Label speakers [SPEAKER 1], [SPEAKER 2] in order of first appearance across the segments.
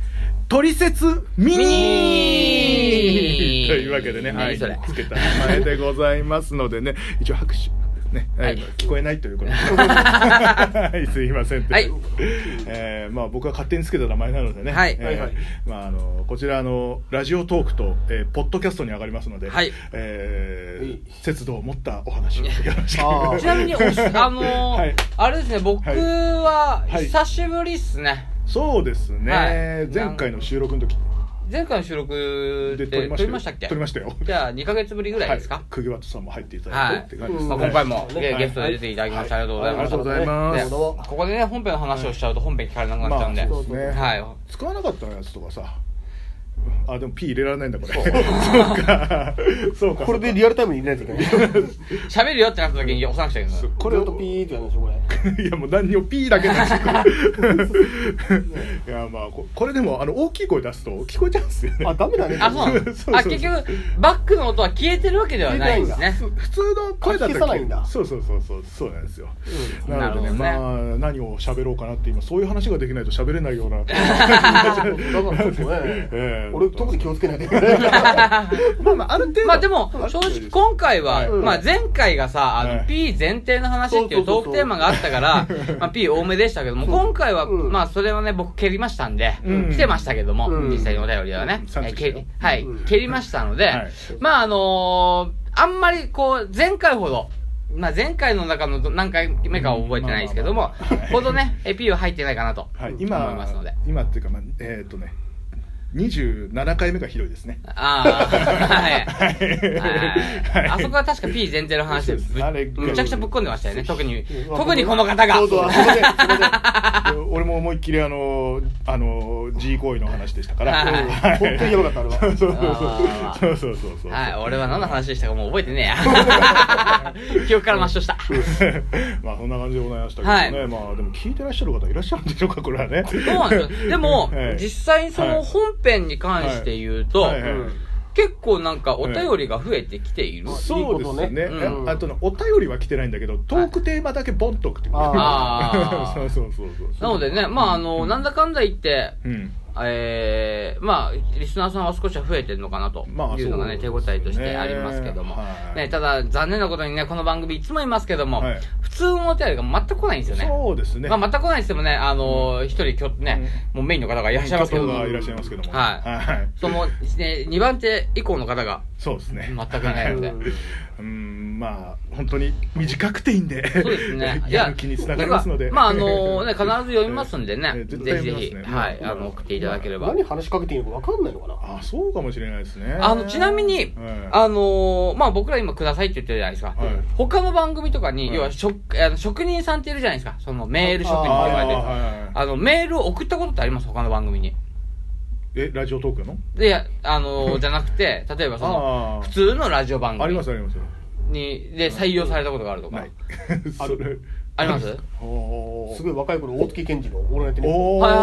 [SPEAKER 1] 「トリセツミニ」
[SPEAKER 2] ミニ
[SPEAKER 1] というわけでね
[SPEAKER 2] 何
[SPEAKER 1] はい
[SPEAKER 2] それ
[SPEAKER 1] つけた名前でございますのでね一応拍手ね、
[SPEAKER 2] はい
[SPEAKER 1] 聞こえないということで はいすいませんと
[SPEAKER 2] はい
[SPEAKER 1] えーまあ、僕が勝手につけた名前なのでね、
[SPEAKER 2] はい
[SPEAKER 1] えー
[SPEAKER 3] はいはい
[SPEAKER 1] まあ、あのこちらあのラジオトークと、えーポッドキャストに上がりますので、
[SPEAKER 2] はい
[SPEAKER 1] えー
[SPEAKER 3] はい
[SPEAKER 1] 節度を持ったお話をよろしく
[SPEAKER 3] あー
[SPEAKER 2] ちなみにおし、あのー
[SPEAKER 1] はい
[SPEAKER 2] あれですね、僕
[SPEAKER 1] はい
[SPEAKER 2] は
[SPEAKER 1] はい
[SPEAKER 2] 久しぶりっすね。
[SPEAKER 1] そうですね、
[SPEAKER 2] はい
[SPEAKER 1] 前回の収録の時
[SPEAKER 2] 前回の収録
[SPEAKER 1] で
[SPEAKER 2] で
[SPEAKER 1] 撮りましたよ
[SPEAKER 2] ましたっけ
[SPEAKER 1] 撮りましたよ
[SPEAKER 2] じゃあ、2ヶ月ぶりぐらいですか、
[SPEAKER 1] はい、釘脇さんも入っていただいて、
[SPEAKER 2] はい
[SPEAKER 1] って感じです、
[SPEAKER 3] うん
[SPEAKER 2] まあ、
[SPEAKER 3] はい
[SPEAKER 2] 今回も、
[SPEAKER 3] ね
[SPEAKER 2] ゲ
[SPEAKER 1] はい
[SPEAKER 2] ゲストで出ていただきまして、ありがとうございま
[SPEAKER 1] ありが
[SPEAKER 2] し
[SPEAKER 1] と
[SPEAKER 2] た。
[SPEAKER 1] うございます
[SPEAKER 2] ねここでね、本編の話をしちゃうと本編聞かれなくなっちゃうんで。
[SPEAKER 1] まあそうですね
[SPEAKER 2] はい。
[SPEAKER 1] 使わなかったやつとかさあでも P 入れられないんだこれそうかそうか
[SPEAKER 3] これでリアルタイムに入れないといけない。
[SPEAKER 2] 喋るよってなった時に押さなくちゃいけない。
[SPEAKER 3] これとピーってやるんでしょ、これ。
[SPEAKER 1] いやもう何にもピーだけなんですよいやまあここれでもあの大きい声出すと聞こえちゃうんですよね
[SPEAKER 3] あ、ダメだね。
[SPEAKER 2] あ、そうなの
[SPEAKER 1] そうそうそう
[SPEAKER 2] あ、結局、バックの音は消えてるわけではないんですね。
[SPEAKER 1] 普通の声だった
[SPEAKER 3] 書き消さないんだ
[SPEAKER 1] そうそうそうそうそうなんですよ、
[SPEAKER 2] うん
[SPEAKER 1] なのでね
[SPEAKER 2] なるほ
[SPEAKER 1] まあ何を喋ろうかなって今そういう話ができないと喋れないような
[SPEAKER 3] だからちょっとね
[SPEAKER 1] ええ
[SPEAKER 3] 俺特に気をつけないといけない。
[SPEAKER 1] まあまあある程度
[SPEAKER 2] まあでも、正直今回は、
[SPEAKER 1] うん
[SPEAKER 2] まあ前回がさ、
[SPEAKER 1] は
[SPEAKER 2] あの
[SPEAKER 1] い、
[SPEAKER 2] P 前提の話っていうト
[SPEAKER 3] そうそ
[SPEAKER 2] ーク
[SPEAKER 3] うそうそう
[SPEAKER 2] テーマがあったから、まあ P 多めでしたけども、今回は、
[SPEAKER 3] うん
[SPEAKER 2] まあそれはね、僕蹴りましたんで、
[SPEAKER 1] うん
[SPEAKER 2] 来てましたけども、
[SPEAKER 3] うん
[SPEAKER 2] 実際にお便りはね、
[SPEAKER 1] うん
[SPEAKER 2] え
[SPEAKER 1] 参
[SPEAKER 2] ー
[SPEAKER 1] 加した
[SPEAKER 2] 蹴
[SPEAKER 1] よ
[SPEAKER 2] り、はい
[SPEAKER 3] うん、
[SPEAKER 2] 蹴りましたので
[SPEAKER 1] はい、
[SPEAKER 2] まああのー、あんまりこう、前回ほど、まあ前回の中のど何回目かは覚えてないですけども
[SPEAKER 1] うんまあまあまあは、い
[SPEAKER 2] ほどね、え P は入ってないかなと。
[SPEAKER 1] はい、今
[SPEAKER 2] 思いますので
[SPEAKER 1] 今っていうか、まあ、えっ、とね27回目がひどいですね
[SPEAKER 2] ああ、はい。
[SPEAKER 1] はい
[SPEAKER 2] あそこは確か P 前提の話で
[SPEAKER 1] そうですあれが
[SPEAKER 2] ぶむちゃくちゃぶっ込んでましたよね。特に
[SPEAKER 3] う、ん
[SPEAKER 2] 特にこの方が。
[SPEAKER 3] そうそう、あそこで、そこで。
[SPEAKER 1] 俺も思いっきりあのあの G 行為の話でしたから
[SPEAKER 2] はい
[SPEAKER 1] はい
[SPEAKER 3] 本当にやばかったあれは
[SPEAKER 1] そう
[SPEAKER 2] あ
[SPEAKER 1] そうそうそうそうそうそう
[SPEAKER 2] はい、俺は何の話でしたかもう覚えてねえ や。記憶から抹消した。
[SPEAKER 1] まあそんな感じでございましたけ
[SPEAKER 2] はい
[SPEAKER 1] どね、まあでも聞いてらっしゃる方いらっしゃるんでしょうかこれはねそう
[SPEAKER 2] そうなんですよ。でも、
[SPEAKER 1] 際
[SPEAKER 2] 実際に そ
[SPEAKER 1] は
[SPEAKER 2] の
[SPEAKER 1] い
[SPEAKER 2] 本編に関して言うと
[SPEAKER 1] はい、はい
[SPEAKER 3] うん
[SPEAKER 2] 結構なんかお便りが増えてきている。
[SPEAKER 1] そうですね
[SPEAKER 3] いいことねうん
[SPEAKER 1] ああとねお便りは来てないんだけどトークテーマだけボンと送ってくる
[SPEAKER 2] あ ー
[SPEAKER 1] そうそうそうそう
[SPEAKER 2] なのでね、まああの、なんだかんだ言って、
[SPEAKER 1] うん
[SPEAKER 2] えー、まあ、リスナーさんは少しは増えてるのかなと
[SPEAKER 1] まあ
[SPEAKER 2] いうのがね、
[SPEAKER 1] そ
[SPEAKER 2] 手
[SPEAKER 1] う
[SPEAKER 2] 応
[SPEAKER 1] ですね
[SPEAKER 2] えとしてありますけども、
[SPEAKER 1] はい
[SPEAKER 2] ね、ただ、残念なことにね、この番組いつも言いますけども、
[SPEAKER 1] はい
[SPEAKER 2] 普通のお便りが全く来ないんですよね。
[SPEAKER 1] そうですね
[SPEAKER 2] まあ、全く来ないですよね、あのー、一、人きょ、ね、もうメインの方がいらっしゃいますけど
[SPEAKER 1] 方
[SPEAKER 2] も
[SPEAKER 1] がい、らっしゃいますけども
[SPEAKER 2] はい
[SPEAKER 1] はい
[SPEAKER 2] その、ね、2番手以降の方が
[SPEAKER 1] そうですね
[SPEAKER 2] 全くいないので。
[SPEAKER 1] うんまあ本当に短くていいんで。
[SPEAKER 2] そうですね
[SPEAKER 1] やる気につながりますの
[SPEAKER 2] い
[SPEAKER 1] で
[SPEAKER 2] やまあ、あのーね、必ず読みますんでね、
[SPEAKER 1] えー
[SPEAKER 2] ぜ
[SPEAKER 1] 絶対
[SPEAKER 2] ひぜ
[SPEAKER 1] 読み
[SPEAKER 2] ひ、
[SPEAKER 1] ますね
[SPEAKER 2] はい、
[SPEAKER 1] うん
[SPEAKER 2] あの、送っていただければ。
[SPEAKER 3] 何話しかけていいのか分かんないのかな。
[SPEAKER 1] あそうかもしれないですね
[SPEAKER 2] あの、ちなみに、
[SPEAKER 1] はい
[SPEAKER 2] あのーまあ、僕ら今くださいって言ってるじゃないですか。
[SPEAKER 1] はい
[SPEAKER 2] 他の番組とかに、
[SPEAKER 1] はい
[SPEAKER 2] 要は職、あの職人さんっているじゃないですか。そのメール職人と
[SPEAKER 1] あ
[SPEAKER 2] か
[SPEAKER 1] ー
[SPEAKER 2] 言われて
[SPEAKER 1] はい
[SPEAKER 2] る。
[SPEAKER 1] はいはい
[SPEAKER 2] あの、メールを送ったことってあります他の番組に。
[SPEAKER 1] えラジオトークの
[SPEAKER 2] で、やあ のーじゃなくて、例えばその
[SPEAKER 1] あ、ー
[SPEAKER 2] 普通のラジオ番
[SPEAKER 1] あり
[SPEAKER 2] 組
[SPEAKER 1] ますあります
[SPEAKER 2] に、で、採用されたことがあるとか。
[SPEAKER 1] ない それ
[SPEAKER 2] あります
[SPEAKER 1] おー
[SPEAKER 3] すごい若い頃、大月健二のオールナイトニッポン
[SPEAKER 1] お
[SPEAKER 2] はいはい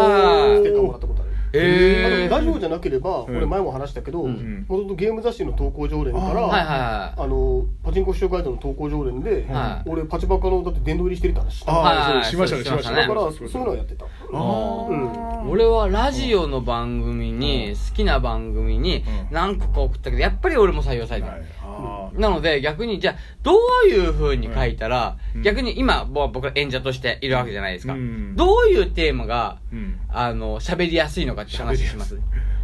[SPEAKER 2] はい
[SPEAKER 3] ステッカーもらったことある。
[SPEAKER 2] え
[SPEAKER 3] あ
[SPEAKER 2] ー。
[SPEAKER 3] のラジオじゃなければ、
[SPEAKER 1] うん
[SPEAKER 3] 俺前も話したけど、
[SPEAKER 2] う
[SPEAKER 3] も
[SPEAKER 1] ん
[SPEAKER 3] ともとゲーム雑誌の投稿常連か
[SPEAKER 1] あー
[SPEAKER 3] ら、
[SPEAKER 2] はいはいは
[SPEAKER 3] あのパチンコ視聴ガイドの投稿常連で、
[SPEAKER 2] はい
[SPEAKER 3] 俺パチバカのだって殿堂入りしてるって話した
[SPEAKER 1] あ
[SPEAKER 3] だか
[SPEAKER 2] は
[SPEAKER 1] あ
[SPEAKER 2] いはいはい
[SPEAKER 1] そうしましたね
[SPEAKER 2] そ
[SPEAKER 1] し
[SPEAKER 2] う
[SPEAKER 1] ま
[SPEAKER 2] し
[SPEAKER 1] し
[SPEAKER 2] ましたた
[SPEAKER 1] ね
[SPEAKER 2] ね
[SPEAKER 3] らそういうのをやってた
[SPEAKER 1] あー
[SPEAKER 2] い。俺はラジオの番組に、好きな番組に
[SPEAKER 1] うん
[SPEAKER 2] 何個か送ったけど、やっぱり俺も採用された。
[SPEAKER 1] はいあー
[SPEAKER 2] なので逆にじゃあどういう風に書いたら、
[SPEAKER 1] うん
[SPEAKER 2] 逆に今ぼ僕ら演者としているわけじゃないですか、
[SPEAKER 1] うん
[SPEAKER 2] どういうテーマが
[SPEAKER 1] うん
[SPEAKER 2] あの喋りやすいのかって話しますい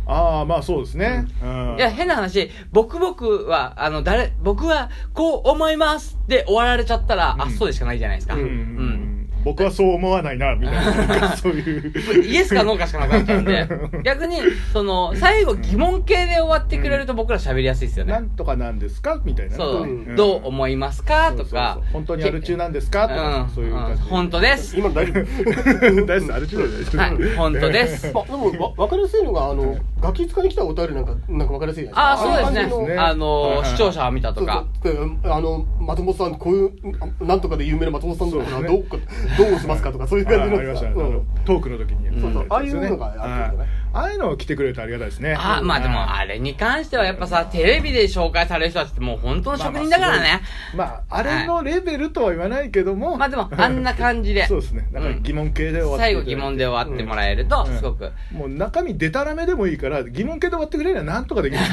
[SPEAKER 1] あーまあそうですねうん
[SPEAKER 2] や変な話僕僕はあの誰僕はこう思いますで終わられちゃったら、あ
[SPEAKER 1] うん
[SPEAKER 2] そうでしかないじゃないですか、
[SPEAKER 1] う
[SPEAKER 2] うんん
[SPEAKER 1] 僕はそう思わないなみたいななん かそういう
[SPEAKER 2] イエスかノーかしかなくなっちゃうんで 逆にその最後疑問系で終わってくれると僕ら喋りやすいですよね、
[SPEAKER 1] なんとかなんですかみたいな
[SPEAKER 2] そう、
[SPEAKER 3] うん
[SPEAKER 2] どう思いますか
[SPEAKER 1] そうそ
[SPEAKER 2] とか
[SPEAKER 1] うそう本当にアル中なんですかとか、
[SPEAKER 2] うん
[SPEAKER 1] そういう感じで
[SPEAKER 2] 本当です
[SPEAKER 3] 今の大丈
[SPEAKER 1] 大丈夫アル中大丈夫
[SPEAKER 2] はい 本当です
[SPEAKER 3] 夫まあでもわ分かりやすいのがあのガキ使いに来たお便りなんかなんか分かりやすいじゃ
[SPEAKER 2] あ
[SPEAKER 3] な
[SPEAKER 2] あ、
[SPEAKER 3] い
[SPEAKER 2] そう
[SPEAKER 3] で
[SPEAKER 2] で
[SPEAKER 3] すか
[SPEAKER 2] す
[SPEAKER 3] い
[SPEAKER 1] そ
[SPEAKER 2] ね。
[SPEAKER 3] 感じの
[SPEAKER 1] うですね
[SPEAKER 2] あの
[SPEAKER 1] はいはい
[SPEAKER 2] ー、視聴者は見た
[SPEAKER 3] そ
[SPEAKER 2] と
[SPEAKER 3] う
[SPEAKER 2] か。
[SPEAKER 3] そうあの松本さんこういうなんとかで有名な松本さんとか
[SPEAKER 1] そうです
[SPEAKER 3] ど
[SPEAKER 1] ね
[SPEAKER 3] うかどうしますかとかそういう
[SPEAKER 1] あ
[SPEAKER 3] 感じ
[SPEAKER 1] ー
[SPEAKER 3] の
[SPEAKER 1] ありましたね、
[SPEAKER 3] う
[SPEAKER 1] あの
[SPEAKER 3] ん
[SPEAKER 1] トークの時にやってたやつですよね
[SPEAKER 3] そうそうああいうのがあるんだよね
[SPEAKER 1] はいあああいうのを来てくれるとありがたいですね
[SPEAKER 2] あ、まあでも、あれに関してはやっぱさ、テレビで紹介される人たちってもう本当の職人だからね。
[SPEAKER 1] まああれのレベルとは言わないけども、
[SPEAKER 2] まあでも、あんな感じで。
[SPEAKER 1] そうですねだから疑問系で終わって
[SPEAKER 2] 最後疑問で終わってもらえると、
[SPEAKER 1] うん
[SPEAKER 2] すごく。
[SPEAKER 1] もう中身でたらめでもいいから疑問系で終わってくれりゃなんとかできる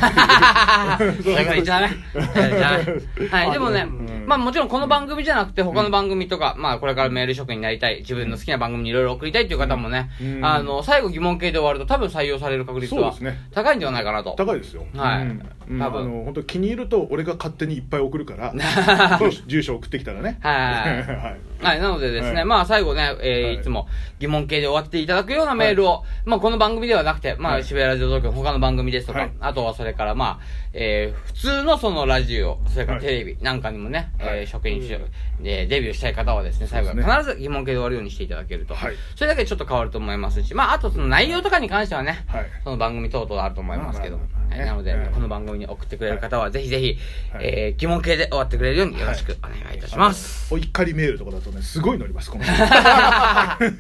[SPEAKER 2] それが言っ ちゃダメ。言っちゃダメはい、でもね、
[SPEAKER 1] ん
[SPEAKER 2] まあもちろんこの番組じゃなくて他の番組とか、まあこれからメール職員になりたい、自分の好きな番組にいろいろ送りたいっていう方もね
[SPEAKER 1] う、ん
[SPEAKER 2] あの、最後疑問系で終わると多分採用される確率は
[SPEAKER 1] そうですね
[SPEAKER 2] 高いんではないかなと。
[SPEAKER 1] 高いですよ
[SPEAKER 2] はい
[SPEAKER 1] うん、
[SPEAKER 2] 多
[SPEAKER 1] 多
[SPEAKER 2] 分
[SPEAKER 1] 分あの本当気に入ると俺が勝手にいっぱい送るから 住所住所送ってきたらね
[SPEAKER 2] はい
[SPEAKER 1] はい
[SPEAKER 2] はい、なのでですね、
[SPEAKER 1] はい
[SPEAKER 2] まあ最後ね、えー
[SPEAKER 1] はい
[SPEAKER 2] い、つも疑問形で終わっていただくようなメールを、まあこの番組ではなくて、ま
[SPEAKER 1] は
[SPEAKER 2] あ
[SPEAKER 1] い
[SPEAKER 2] 渋谷ラジオ東京の他の番組ですとか、
[SPEAKER 1] はい
[SPEAKER 2] あとはそれからまあ、えー普通のそのラジオ、それから
[SPEAKER 1] はい
[SPEAKER 2] テレビなんかにもね、
[SPEAKER 1] はい
[SPEAKER 2] えー職員し、えーデビューしたい方はですね、最後
[SPEAKER 1] そうです
[SPEAKER 2] は
[SPEAKER 1] ね
[SPEAKER 2] 必ず疑問形で終わるようにしていただけると。
[SPEAKER 1] はい
[SPEAKER 2] それだけでちょっと変わると思いますし、まああとその内容とかに関してはね、
[SPEAKER 1] はい
[SPEAKER 2] その番組等々あると思いますけど、
[SPEAKER 1] まあまあまあまあ
[SPEAKER 2] はいなので、
[SPEAKER 1] はい
[SPEAKER 2] この番組に送ってくれる方はぜひぜひ、
[SPEAKER 1] はい
[SPEAKER 2] えー疑問形で終わってくれるようによろしくお願いいたします。
[SPEAKER 1] お怒りメールとかだとねすごい乗りますこの
[SPEAKER 3] あなん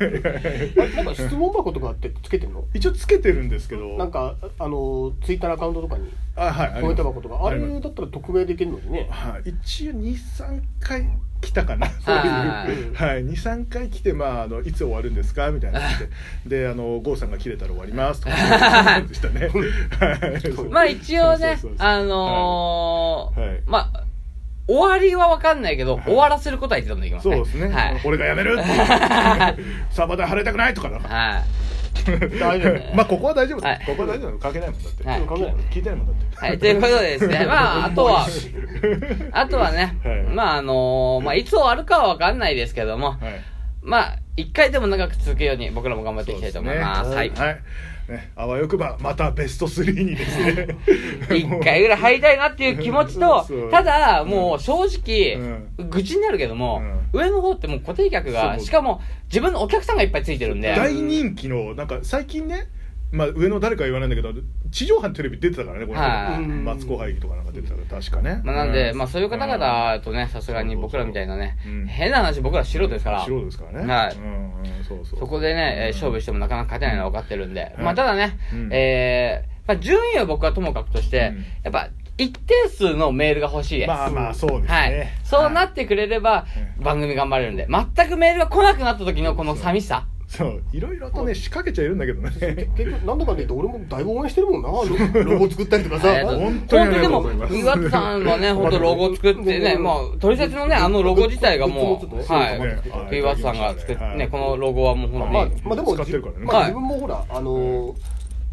[SPEAKER 3] か質問箱とかってつけてんの
[SPEAKER 1] 一応つけてるんですけど
[SPEAKER 3] なんかあのツイッターのアカウントとかに
[SPEAKER 1] あはいあり
[SPEAKER 3] コメ
[SPEAKER 1] ます
[SPEAKER 3] ント箱とかあ
[SPEAKER 1] ります
[SPEAKER 3] れだったら匿名できるのにね
[SPEAKER 1] はい、一応23回来た かなそういう、はい、23回来て、まあ、あのいつ終わるんですかみたいなの でであの郷さんが切れたら終わりますとか そういうのでしたねはい
[SPEAKER 2] まあ一応ね
[SPEAKER 1] そうそうそうそう、
[SPEAKER 2] あの
[SPEAKER 1] はいはい
[SPEAKER 2] ー、まあ、終わりはわかんないけど、終わらせることは一度もできます
[SPEAKER 1] そう
[SPEAKER 2] ね。
[SPEAKER 1] ですね、
[SPEAKER 2] はい。
[SPEAKER 1] 俺が辞め るっていうサバで晴れたくないとかだから
[SPEAKER 2] はい。
[SPEAKER 3] 大丈夫
[SPEAKER 1] まあここは大丈夫
[SPEAKER 2] はい
[SPEAKER 1] ここは大丈夫関係ないもんだって、
[SPEAKER 2] はい
[SPEAKER 1] 関係ないもん聞いてないもんだって
[SPEAKER 2] はい、ということでで すね、まあ、あとは、あとはね、
[SPEAKER 1] はい
[SPEAKER 2] まあ、あのーまあ、いつ終わるかはわかんないですけども、
[SPEAKER 1] はい
[SPEAKER 2] まあ、一回でも長く続けるように僕らも頑張っていきたいと思います。
[SPEAKER 1] そう
[SPEAKER 2] は
[SPEAKER 1] で
[SPEAKER 2] い。
[SPEAKER 1] ねはいね、あわよくばまたベスト3にですね
[SPEAKER 2] 一回ぐらい入りたいなっていう気持ちと
[SPEAKER 1] そう、
[SPEAKER 2] ただ、もう正直、愚痴になるけども、上の方ってもう固定客が、
[SPEAKER 1] そう
[SPEAKER 2] しかも自分のお客さんがいっぱいついてるんで、
[SPEAKER 1] 大人気のなんか最近ね、まあ、上の誰かは言わないんだけど地上波のテレビ出てたからねこの人
[SPEAKER 2] はい
[SPEAKER 1] うん松子杯とかなんか出てたから確かね、
[SPEAKER 2] まあ、なんで、まあそういう方
[SPEAKER 1] うん
[SPEAKER 2] 々とね、さすがに僕らみたいなね
[SPEAKER 1] うん、
[SPEAKER 2] 変な話僕ら素人ですから、
[SPEAKER 1] 素人ですからね
[SPEAKER 2] はい
[SPEAKER 1] うんうんそうそう
[SPEAKER 2] そこでね、えー勝負してもなかなか勝てないのは分かってるんで、
[SPEAKER 1] うん
[SPEAKER 2] まあただね
[SPEAKER 1] うん、
[SPEAKER 2] えーまあ順位は僕はともかくとして
[SPEAKER 1] うん、
[SPEAKER 2] やっぱ一定数のメールが欲しいです。
[SPEAKER 1] まあまあそうですね、
[SPEAKER 2] はい。そうな
[SPEAKER 1] はい
[SPEAKER 2] ってくれれば、
[SPEAKER 1] う
[SPEAKER 2] 番組頑張れるんで、全くメールが来なくなった時のこの寂しさ。
[SPEAKER 1] そういろいろとね仕掛けちゃいるんだけど ね
[SPEAKER 3] 結局なんだかんだ言って俺もだいぶ応援してるもんなロロゴ作ったりとか
[SPEAKER 2] あ
[SPEAKER 3] さ
[SPEAKER 2] りがとう
[SPEAKER 1] 本
[SPEAKER 2] 本
[SPEAKER 1] 当
[SPEAKER 2] 当
[SPEAKER 1] にあり
[SPEAKER 2] にで
[SPEAKER 1] がとう
[SPEAKER 2] も
[SPEAKER 1] ございます
[SPEAKER 2] 岩田さんはね本当ロゴを作ってねもう取説のねあのロゴ自体がも
[SPEAKER 3] ちょっ
[SPEAKER 2] う
[SPEAKER 3] とね
[SPEAKER 2] はい
[SPEAKER 1] はい
[SPEAKER 2] 岩田さんが作って
[SPEAKER 1] はい
[SPEAKER 2] ねこのロゴはもう
[SPEAKER 3] まあ
[SPEAKER 2] 本当に、
[SPEAKER 3] まあ、でも
[SPEAKER 1] 使ってるからね
[SPEAKER 3] まあ、
[SPEAKER 2] はい
[SPEAKER 3] 自分もほらあのー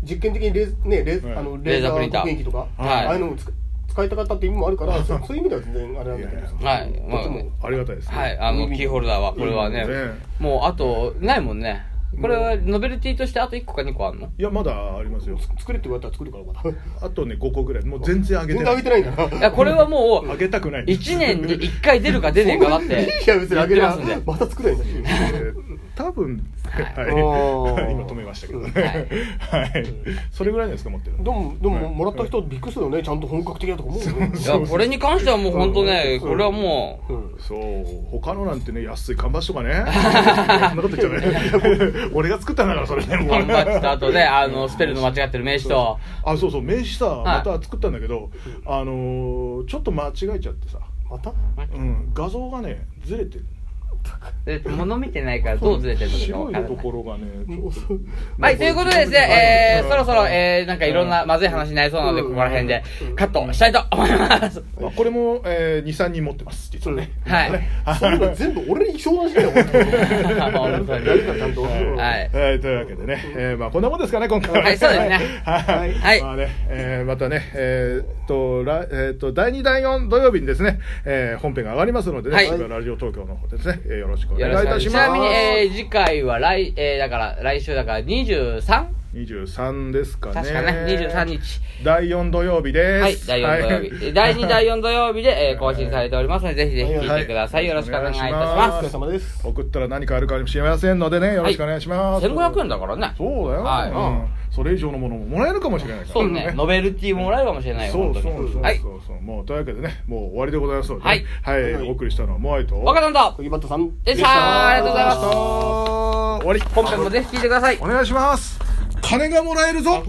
[SPEAKER 3] 実験的にレ,、ねレ
[SPEAKER 1] はい
[SPEAKER 3] あの
[SPEAKER 2] レ
[SPEAKER 3] レ
[SPEAKER 2] ー
[SPEAKER 3] ー
[SPEAKER 2] ザ
[SPEAKER 3] ザ
[SPEAKER 2] ープリン
[SPEAKER 3] ー
[SPEAKER 2] ター
[SPEAKER 3] 刻印機とか、
[SPEAKER 1] はい
[SPEAKER 3] ああいうのも使使いたかったって意味もある からそそういう意味では全然あれなんだけどさ
[SPEAKER 1] い
[SPEAKER 2] はいま
[SPEAKER 3] こっちも
[SPEAKER 1] ありがたいですね、
[SPEAKER 2] はい、あの、キーホルダーは、これはね
[SPEAKER 1] うんね、
[SPEAKER 2] もう、あと、ないもんね。これは、ノベルティとして、あと1個か2個あんの
[SPEAKER 1] いやまだありますよ
[SPEAKER 3] つ作れって言われたら作るからまだ
[SPEAKER 1] あとね5個ぐらいもう全然上げて
[SPEAKER 3] 全然
[SPEAKER 1] ない
[SPEAKER 3] 上げてないんだ
[SPEAKER 2] い
[SPEAKER 3] な
[SPEAKER 2] や、これはもう、
[SPEAKER 1] 上げたくない
[SPEAKER 2] 1年に1回出るか出ねえかなっ
[SPEAKER 3] いや
[SPEAKER 2] て、
[SPEAKER 3] 別に上げれ
[SPEAKER 2] やっ
[SPEAKER 3] ば
[SPEAKER 2] てますんで
[SPEAKER 3] また作れないんだ し
[SPEAKER 1] えー多分、はい
[SPEAKER 3] おー
[SPEAKER 1] 今止めましたけどね、はい、それぐらいですか持ってる
[SPEAKER 3] でもでももらった人びっくりするよねちゃんと本格的だとか思うよね
[SPEAKER 2] いや、これに関してはもう、本当ね、これはもう、
[SPEAKER 3] うん
[SPEAKER 1] そう他のなんてね安い缶バッシュとかねそんなこと言っちゃうね 俺が作ったんだからそれねもう
[SPEAKER 2] 頑張ってた 後で、あの、スペルの間違ってる名詞と、
[SPEAKER 1] あそうそう名刺さ
[SPEAKER 2] い
[SPEAKER 1] また作ったんだけど、あのーちょっと間違えちゃってさ、
[SPEAKER 3] また
[SPEAKER 1] うん、画像がねずれてる
[SPEAKER 2] で物見てないから、どうずれてるの
[SPEAKER 1] 白い
[SPEAKER 2] か分から
[SPEAKER 1] と
[SPEAKER 2] ない
[SPEAKER 1] こ。ろがねちょっと
[SPEAKER 2] はい、ということでです ね、えー、そろそろ、えー、なんかいろんなまずい話になりそうなので、ここら辺でカットしたいと思います。
[SPEAKER 1] まあ、これも、えー、23人持ってます実はね
[SPEAKER 2] はい
[SPEAKER 1] ね
[SPEAKER 3] そんなの全部俺に相談 してたよ
[SPEAKER 2] 本当に
[SPEAKER 3] やるからちゃんと
[SPEAKER 2] はい
[SPEAKER 1] はい、というわけでね、えーまあ、こんなもんですかね、今回は。
[SPEAKER 2] はいそうですね
[SPEAKER 1] はい、
[SPEAKER 2] はい
[SPEAKER 1] まあね、えーまたね、えーっと、らえーっと、第2、第4土曜日にですね、えー本編が上がりますのでね、
[SPEAKER 2] はい
[SPEAKER 1] 渋谷ラジオ東京の方でですね、えーよろしくお
[SPEAKER 2] よ
[SPEAKER 1] 願
[SPEAKER 2] ろ
[SPEAKER 1] いい
[SPEAKER 2] しくお願
[SPEAKER 1] た
[SPEAKER 2] い
[SPEAKER 1] し
[SPEAKER 2] します。ち
[SPEAKER 1] ま
[SPEAKER 2] なみに、え
[SPEAKER 1] す。
[SPEAKER 2] ー、次回は来、えー、だから、来週だから 23?
[SPEAKER 1] 23ですかね。
[SPEAKER 2] 確かね、23。日。
[SPEAKER 1] 第4土曜日です。
[SPEAKER 2] はい、第4土曜日。
[SPEAKER 1] はい
[SPEAKER 2] 第2、第4土曜日で、えー、更新されておりますので、ぜひぜひ聞いてください。
[SPEAKER 1] はい
[SPEAKER 2] よろしくお願いいたし
[SPEAKER 3] お
[SPEAKER 2] ま
[SPEAKER 3] 疲
[SPEAKER 2] す
[SPEAKER 3] れ。様です
[SPEAKER 1] 送ったら何かあるかもしれませんのでね、よろしくお願いします。
[SPEAKER 2] 1500円だからね。
[SPEAKER 1] そうだよ、
[SPEAKER 2] はい
[SPEAKER 1] うんそれ以上のものももらえるかもしれないから
[SPEAKER 2] そうね、ノベルティもらえるかもしれないよ、
[SPEAKER 1] そ
[SPEAKER 2] 本
[SPEAKER 1] う
[SPEAKER 2] 当
[SPEAKER 1] そう
[SPEAKER 2] に。
[SPEAKER 1] そうそうそう、
[SPEAKER 2] はい
[SPEAKER 1] もうというわけでねもう終わりでございますので、
[SPEAKER 2] はい
[SPEAKER 1] はいお送りしたのはモアイと
[SPEAKER 2] 若さんと、
[SPEAKER 3] 小木バットさん
[SPEAKER 2] でしたありがとうございま
[SPEAKER 1] 終わり
[SPEAKER 2] す。本編もぜひ聞いてください。
[SPEAKER 1] お願いします金がもらえるぞ